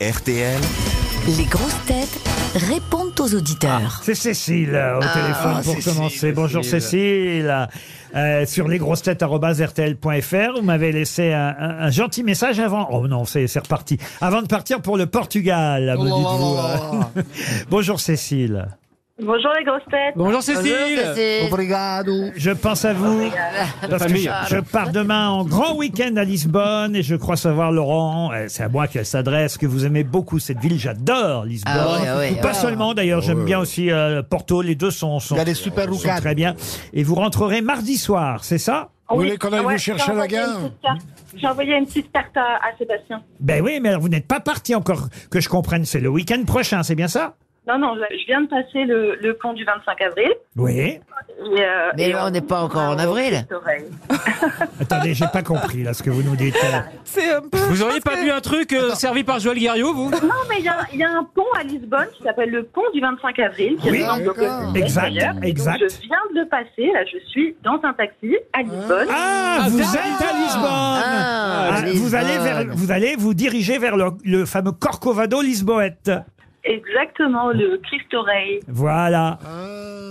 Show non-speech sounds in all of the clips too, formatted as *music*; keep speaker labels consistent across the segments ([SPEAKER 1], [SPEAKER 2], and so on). [SPEAKER 1] RTL.
[SPEAKER 2] Les grosses têtes répondent aux auditeurs.
[SPEAKER 3] C'est Cécile euh, au téléphone pour
[SPEAKER 4] Ah, Cécile,
[SPEAKER 3] commencer. Bonjour
[SPEAKER 4] Cécile.
[SPEAKER 3] Cécile. Euh, sur lesgrossetêtes.rtl.fr, vous m'avez laissé un, un- un gentil message avant. Oh non, c'est c'est reparti. Avant de partir pour le Portugal,
[SPEAKER 5] Oh
[SPEAKER 3] me dites-vous. euh. *laughs* Bonjour Cécile.
[SPEAKER 6] Bonjour les grosses têtes.
[SPEAKER 4] Bonjour Cécile.
[SPEAKER 3] Je pense à vous. Parce que je,
[SPEAKER 4] famille.
[SPEAKER 3] je pars demain en grand week-end à Lisbonne et je crois savoir, Laurent, euh, c'est à moi qu'elle s'adresse, que vous aimez beaucoup cette ville. J'adore Lisbonne.
[SPEAKER 5] Ah ouais, ah ouais,
[SPEAKER 3] Pas
[SPEAKER 5] ouais.
[SPEAKER 3] seulement d'ailleurs, j'aime bien aussi euh, Porto. Les deux sont, sont,
[SPEAKER 5] Il y a des super
[SPEAKER 3] sont
[SPEAKER 5] roucades.
[SPEAKER 3] très bien. Et vous rentrerez mardi soir, c'est ça
[SPEAKER 6] Vous
[SPEAKER 7] voulez qu'on aille vous chercher à la gare
[SPEAKER 6] J'ai envoyé une petite carte à, à Sébastien.
[SPEAKER 3] Ben oui, mais alors vous n'êtes pas parti encore, que je comprenne. C'est le week-end prochain, c'est bien ça
[SPEAKER 6] Non, non, je je viens de passer le, le pont du 25 avril.
[SPEAKER 3] Oui.
[SPEAKER 6] Et, euh,
[SPEAKER 5] Mais
[SPEAKER 6] et
[SPEAKER 5] là, on n'est pas encore en
[SPEAKER 6] on-
[SPEAKER 5] avril.
[SPEAKER 6] on- oreille.
[SPEAKER 3] Attendez, j'ai pas compris là ce que vous nous dites. Euh,
[SPEAKER 4] Vous auriez pas vu un truc euh, servi par Joël Guerriot, vous
[SPEAKER 6] Non, mais il y, a- il y a un pont à Lisbonne qui s'appelle le pont du 25 avril. Qui
[SPEAKER 3] Oui,
[SPEAKER 6] ressemble au
[SPEAKER 7] d'accord.
[SPEAKER 6] Golden Gate,
[SPEAKER 3] Exact,
[SPEAKER 6] d'ailleurs. Et donc,
[SPEAKER 3] exact.
[SPEAKER 6] je viens de le passer. Là, je suis dans un taxi à Lisbonne.
[SPEAKER 3] Ah, vous êtes à Lisbonne.
[SPEAKER 5] Ah,
[SPEAKER 3] Ah, Vous
[SPEAKER 5] Lisbonne.
[SPEAKER 3] allez vers, vous allez vous diriger vers le, le fameux Corcovado Lisboète.
[SPEAKER 6] Exactement, le Christ Oreille.
[SPEAKER 3] Voilà.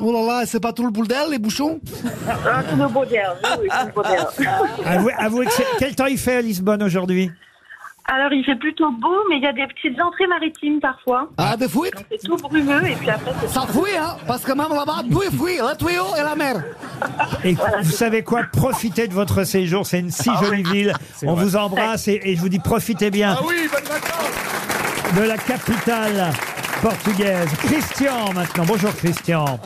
[SPEAKER 7] Oh là là, c'est pas tout le boule d'air, les bouchons
[SPEAKER 6] Ah, tout le beau d'air, oui, oui, tout le beau
[SPEAKER 7] *laughs*
[SPEAKER 6] d'air.
[SPEAKER 3] Avouez, avouez que c'est- quel temps il fait à Lisbonne aujourd'hui
[SPEAKER 6] Alors, il fait plutôt beau, mais il y a des petites entrées maritimes parfois.
[SPEAKER 7] Ah, des fouilles
[SPEAKER 6] C'est tout brumeux et puis après, c'est
[SPEAKER 7] Ça fouille, hein Parce que même là-bas, d'où est fouille Le tuyau et la mer
[SPEAKER 3] Et vous savez quoi Profitez de votre séjour. C'est une si jolie ville. On vous embrasse et, et je vous dis profitez bien. De la capitale portugaise. Christian maintenant. Bonjour Christian.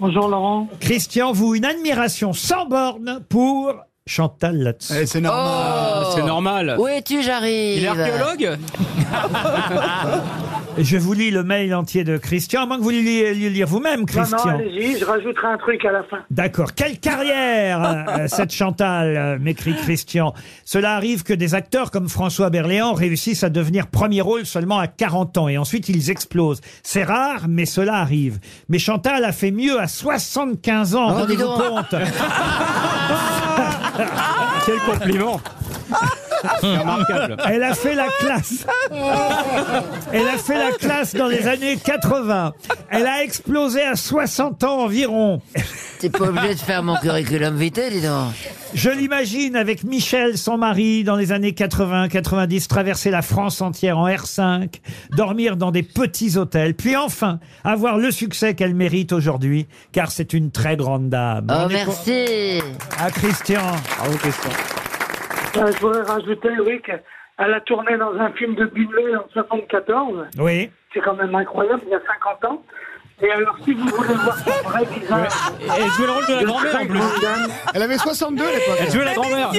[SPEAKER 6] Bonjour Laurent.
[SPEAKER 3] Christian, vous une admiration sans borne pour Chantal là-dessus.
[SPEAKER 7] Eh, c'est normal.
[SPEAKER 4] Ah, C'est normal.
[SPEAKER 5] Où es-tu, j'arrive
[SPEAKER 4] Il est
[SPEAKER 7] bah.
[SPEAKER 4] archéologue
[SPEAKER 3] Je vous lis le mail entier de Christian, à moins que vous le lisiez le lire vous-même, Christian.
[SPEAKER 6] allez-y, je rajouterai un truc à la fin.
[SPEAKER 3] D'accord. Quelle carrière, euh, cette Chantal, euh, m'écrit Christian. Cela arrive que des acteurs comme François Berléand réussissent à devenir premier rôle seulement à 40 ans et ensuite ils explosent. C'est rare, mais cela arrive. Mais Chantal a fait mieux à 75 ans,
[SPEAKER 5] Oh, dis
[SPEAKER 3] rendez-vous
[SPEAKER 5] donc.
[SPEAKER 3] compte.
[SPEAKER 4] *laughs* Quel
[SPEAKER 3] *laughs*
[SPEAKER 4] compliment C'est remarquable.
[SPEAKER 3] Elle a fait la classe. Elle a fait la classe dans les années 80. Elle a explosé à 60 ans environ.
[SPEAKER 5] T'es pas obligé de faire mon curriculum vitae, dis donc.
[SPEAKER 3] Je l'imagine avec Michel, son mari, dans les années 80-90, traverser la France entière en R5, dormir dans des petits hôtels, puis enfin avoir le succès qu'elle mérite aujourd'hui, car c'est une très grande dame.
[SPEAKER 5] Oh,
[SPEAKER 3] On est
[SPEAKER 5] merci.
[SPEAKER 3] con- À Christian.
[SPEAKER 8] Euh, Je voudrais rajouter, oui, qu'elle a tourné dans un film de Buñuel en 74.
[SPEAKER 3] Oui.
[SPEAKER 8] C'est quand même incroyable, il y a 50 ans. Et alors, si vous voulez voir son vrai visage,
[SPEAKER 3] Ah,
[SPEAKER 4] Et elle jouait le rôle de la grand-mère en
[SPEAKER 8] très
[SPEAKER 4] plus.
[SPEAKER 8] grande dame,
[SPEAKER 7] Elle avait 62 à l'époque.
[SPEAKER 4] Elle jouait la grand-mère.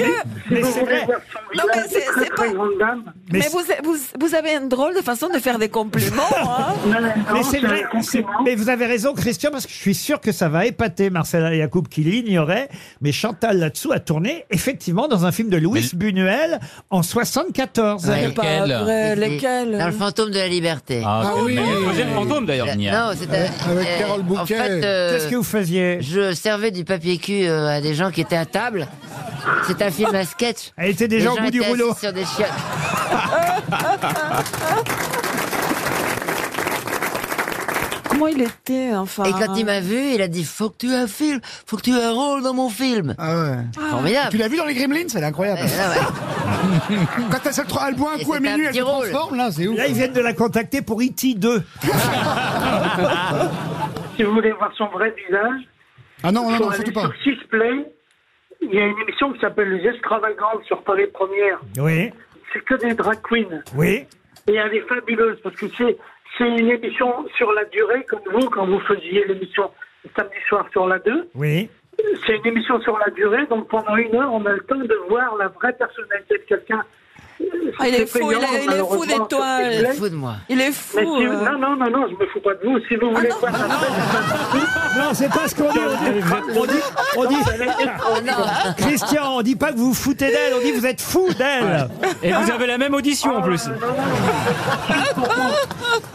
[SPEAKER 3] Mais
[SPEAKER 8] vous
[SPEAKER 3] c'est
[SPEAKER 8] voulez
[SPEAKER 3] vrai.
[SPEAKER 8] voir son visage,
[SPEAKER 9] c'est-
[SPEAKER 8] de très
[SPEAKER 9] c'est
[SPEAKER 8] très
[SPEAKER 9] pas-
[SPEAKER 8] grande dame.
[SPEAKER 3] Mais
[SPEAKER 9] Mais,
[SPEAKER 3] c'est-
[SPEAKER 9] vous, vous, vous avez une drôle de façon de faire des compliments. hein.
[SPEAKER 8] Non, non,
[SPEAKER 3] Mais
[SPEAKER 8] non,
[SPEAKER 3] c'est
[SPEAKER 8] un
[SPEAKER 3] vrai, c'est-
[SPEAKER 8] compliment.
[SPEAKER 3] mais vous avez raison, Christian, parce que je suis sûr que ça va épater Marcela Yacoub qui l'ignorait. Mais Chantal là-dessous a tourné effectivement dans un film de Louis Buñuel en 74.
[SPEAKER 5] Ouais.
[SPEAKER 9] C'est pas
[SPEAKER 10] Lesquels
[SPEAKER 9] vrai,
[SPEAKER 5] Dans le
[SPEAKER 9] lesquels
[SPEAKER 5] fantôme de la liberté.
[SPEAKER 10] Ah,
[SPEAKER 7] Ah
[SPEAKER 10] quel
[SPEAKER 7] oui.
[SPEAKER 10] merveilleux.
[SPEAKER 4] Elle faisait le fantôme d'ailleurs.
[SPEAKER 5] Non, c'était.
[SPEAKER 7] Avec
[SPEAKER 5] euh,
[SPEAKER 7] Carole
[SPEAKER 5] En
[SPEAKER 7] Bouquet.
[SPEAKER 5] fait, euh,
[SPEAKER 3] Qu'est-ce que vous faisiez
[SPEAKER 5] je servais du papier cul euh, à des gens qui étaient à table. C'est un film à sketch.
[SPEAKER 3] Elle était déjà au bout du
[SPEAKER 5] étaient
[SPEAKER 3] rouleau.
[SPEAKER 5] assis Sur des chiottes.
[SPEAKER 9] Comment il était, enfin hein
[SPEAKER 5] Et quand il m'a vu, il a dit Faut que tu aies un film, faut que tu aies un rôle dans mon film.
[SPEAKER 7] Ah ouais. Tu
[SPEAKER 5] Formidable.
[SPEAKER 7] l'as vu dans les Gremlins Elle est incroyable.
[SPEAKER 5] Ouais, là, ouais.
[SPEAKER 7] Quand elle, se tra- elle boit un
[SPEAKER 5] Et
[SPEAKER 7] coup à
[SPEAKER 5] c'est un
[SPEAKER 7] minuit, elle
[SPEAKER 5] petit
[SPEAKER 7] se
[SPEAKER 5] rôle.
[SPEAKER 7] transforme, là, c'est ouf.
[SPEAKER 3] Là, ils viennent de la contacter pour E E.T. 2.
[SPEAKER 8] Si vous voulez voir son vrai visage,
[SPEAKER 7] Ah non, non,
[SPEAKER 8] faut
[SPEAKER 7] non,
[SPEAKER 8] aller
[SPEAKER 7] surtout pas.
[SPEAKER 8] sur Sixplay. Il y a une émission qui s'appelle Les Extravagantes sur Paris Première.
[SPEAKER 3] Oui,
[SPEAKER 8] C'est que des drag queens.
[SPEAKER 3] oui.
[SPEAKER 8] Et elle est fabuleuse parce que c'est c'est une émission sur la durée, comme vous, quand vous faisiez l'émission samedi soir sur la 2.
[SPEAKER 3] Oui.
[SPEAKER 8] C'est une émission sur la durée, donc pendant une heure, on a le temps de voir la vraie personnalité de quelqu'un. Euh,
[SPEAKER 9] Ah, il est
[SPEAKER 8] C'est
[SPEAKER 9] fou, il est- il est fou
[SPEAKER 8] malheureusement,
[SPEAKER 9] d'étoile.
[SPEAKER 8] c'est
[SPEAKER 5] Il
[SPEAKER 8] vrai.
[SPEAKER 5] est fou de moi.
[SPEAKER 9] Il est fou.
[SPEAKER 8] Mais si vous-
[SPEAKER 9] euh. Ah
[SPEAKER 8] Non, non, non, non, je me fous pas de vous. Si vous voulez voir la vraie
[SPEAKER 3] Non, c'est pas ce qu'on dit. On dit, on dit, on dit- Christian, on dit pas que vous vous foutez d'elle, on dit que vous êtes fou d'elle.
[SPEAKER 4] Et
[SPEAKER 7] Ah.
[SPEAKER 4] vous avez la même audition en plus.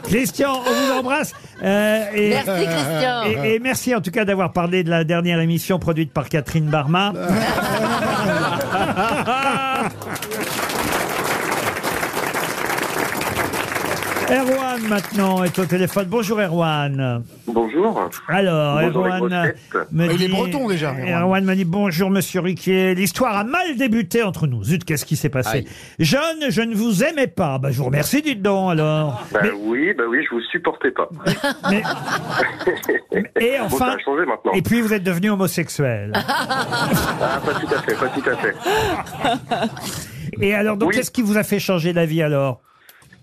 [SPEAKER 3] Christian, on vous embrasse. Euh, et,
[SPEAKER 5] Merci, Christian.
[SPEAKER 3] et- et merci en tout cas d'avoir parlé de la dernière émission produite par Catherine Barma. Erwan maintenant est au téléphone. Bonjour Erwan.
[SPEAKER 1] Bonjour.
[SPEAKER 3] Alors,
[SPEAKER 1] Bonjour, les
[SPEAKER 3] Erwan
[SPEAKER 1] grosses têtes.
[SPEAKER 3] me
[SPEAKER 7] Mais Euh, il
[SPEAKER 3] dit...
[SPEAKER 7] est breton, déjà,
[SPEAKER 3] Erwan.
[SPEAKER 7] Erwan.
[SPEAKER 3] me dit bonjour Monsieur Riquier. L'histoire a mal débuté entre nous. Zut, qu'est-ce qui s'est passé
[SPEAKER 5] Aïe.
[SPEAKER 3] Jeune, je ne vous aimais pas. Bah, je vous remercie, dites donc alors.
[SPEAKER 1] Bah oui, bah oui, je vous supportais pas.
[SPEAKER 3] Mais- et
[SPEAKER 1] Bon, ça
[SPEAKER 3] enfin,
[SPEAKER 1] a changé maintenant.
[SPEAKER 3] et puis vous êtes devenu homosexuel.
[SPEAKER 1] Ah, pas tout à fait, pas tout à fait.
[SPEAKER 3] Et alors, donc,
[SPEAKER 1] Oui.
[SPEAKER 3] qu'est-ce qui vous a fait changer la vie alors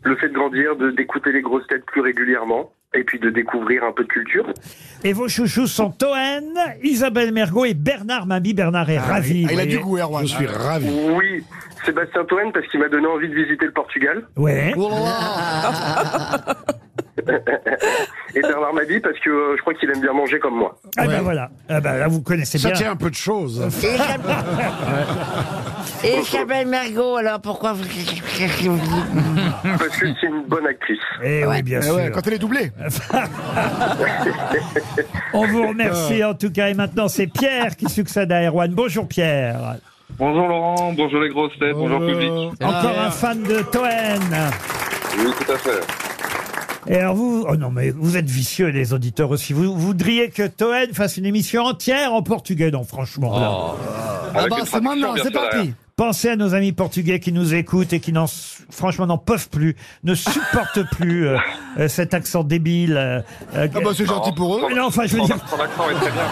[SPEAKER 1] Le fait de grandir, de d'écouter les grosses têtes plus régulièrement, et puis de découvrir un peu de culture.
[SPEAKER 3] Et vos chouchous sont Toen, Isabelle Mergot et Bernard Mami. Bernard est ravi.
[SPEAKER 7] Ah, il a
[SPEAKER 3] voyez.
[SPEAKER 7] du goût, Erwan. Je suis ravi.
[SPEAKER 1] Oui, Sébastien Toen, parce qu'il m'a donné envie de visiter le Portugal.
[SPEAKER 3] Ouais.
[SPEAKER 7] Oh là là.
[SPEAKER 1] Et Bernard m'a dit, parce que euh, je crois qu'il aime bien manger comme moi.
[SPEAKER 3] Ah ben
[SPEAKER 7] Ouais.
[SPEAKER 3] voilà. Ah ben là, vous connaissez
[SPEAKER 7] Ça
[SPEAKER 3] bien.
[SPEAKER 7] tient un peu de choses.
[SPEAKER 5] Et Isabelle- Et Isabelle Mergot, alors pourquoi vous...
[SPEAKER 1] Parce que c'est une bonne actrice.
[SPEAKER 3] Eh oui, bien
[SPEAKER 7] Eh
[SPEAKER 3] sûr.
[SPEAKER 7] ouais, quand elle est doublée.
[SPEAKER 3] On vous remercie
[SPEAKER 7] Ah.
[SPEAKER 3] en tout cas. Et maintenant, c'est Pierre qui succède à Erwan. Bonjour Pierre.
[SPEAKER 10] Bonjour Laurent, bonjour les grosses têtes, bonjour, public.
[SPEAKER 3] Encore un fan de Toen.
[SPEAKER 10] Oui, tout à fait.
[SPEAKER 3] Et alors vous, oh non mais vous êtes vicieux les auditeurs aussi. Vous vous voudriez que Toen fasse une émission entière en portugais, non franchement. là.
[SPEAKER 7] Ah
[SPEAKER 10] Avec
[SPEAKER 7] bah,
[SPEAKER 10] une
[SPEAKER 7] c'est
[SPEAKER 10] traduction,
[SPEAKER 7] maintenant,
[SPEAKER 10] bien
[SPEAKER 7] c'est
[SPEAKER 10] sûr,
[SPEAKER 7] parti.
[SPEAKER 10] derrière.
[SPEAKER 3] Pensez à nos amis portugais qui nous écoutent et qui n'en, franchement n'en peuvent plus, ne supportent plus
[SPEAKER 7] *laughs*
[SPEAKER 3] euh, euh, cet accent débile. euh, euh,
[SPEAKER 7] Ah bah, c'est gentil pour eux.
[SPEAKER 3] Mais non, enfin je veux
[SPEAKER 10] Son-
[SPEAKER 7] *laughs*
[SPEAKER 3] dire,
[SPEAKER 10] son accent est très bien.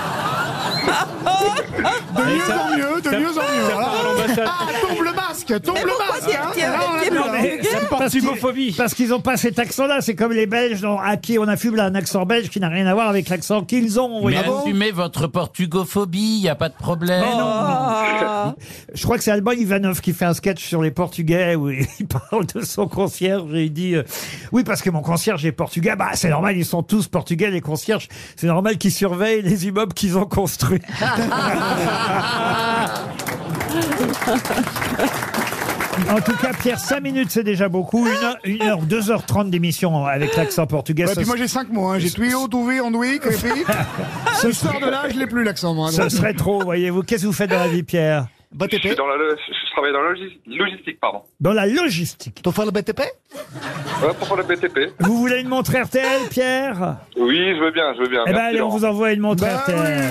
[SPEAKER 7] De mieux en mieux, de mieux en mieux. Voilà.
[SPEAKER 4] Par l'ambassade.
[SPEAKER 7] Ah, tombe le masque, tombe
[SPEAKER 9] Mais
[SPEAKER 7] le
[SPEAKER 9] pourquoi
[SPEAKER 7] masque.
[SPEAKER 9] t'es-
[SPEAKER 7] hein.
[SPEAKER 9] t'es-
[SPEAKER 7] Là, on l'a
[SPEAKER 9] t'es-
[SPEAKER 7] vu,
[SPEAKER 9] Non,
[SPEAKER 7] là.
[SPEAKER 4] mais ça me porte homophobie.
[SPEAKER 3] Parce qu'ils n'ont pas cet accent-là. C'est comme les Belges dont- à qui on affuble un accent belge qui n'a rien à voir avec l'accent qu'ils ont. oui.
[SPEAKER 11] Mais
[SPEAKER 3] Ah bon
[SPEAKER 11] assumez votre portugophobie, il n'y a pas de problème.
[SPEAKER 9] Ah.
[SPEAKER 3] Je crois que c'est Alban Ivanov qui fait un sketch sur les Portugais où il *laughs* parle de son concierge et il dit euh, Oui, parce que mon concierge est portugais. Bah, c'est normal, ils sont tous portugais, les concierges. C'est normal qu'ils surveillent les immeubles qu'ils ont construits. En tout cas, Pierre, 5 minutes, c'est déjà beaucoup. 1 heure, 2 heures 30 d'émission avec l'accent portugais.
[SPEAKER 7] Ouais,
[SPEAKER 3] ça
[SPEAKER 7] puis moi j'ai cinq mots, hein. j'ai tuyau, douvé, andouille, crépi. Ce soir de là, Ah, je l'ai plus l'accent moi.
[SPEAKER 3] Ce serait trop, voyez-vous. Qu'est-ce que vous faites dans la vie, Pierre
[SPEAKER 10] Je, suis
[SPEAKER 7] BTP
[SPEAKER 10] dans la, lo- je travaille dans la logis- logistique, pardon.
[SPEAKER 3] Dans la logistique.
[SPEAKER 7] T'as fait le BTP
[SPEAKER 10] Ouais, pour faire le BTP.
[SPEAKER 3] Vous voulez une montre RTL, Pierre
[SPEAKER 10] Oui, je veux bien, je veux bien.
[SPEAKER 3] Eh ben,
[SPEAKER 10] Merci,
[SPEAKER 3] allez, on
[SPEAKER 10] Laurent.
[SPEAKER 3] vous envoie une montre
[SPEAKER 7] Bah
[SPEAKER 3] RTL.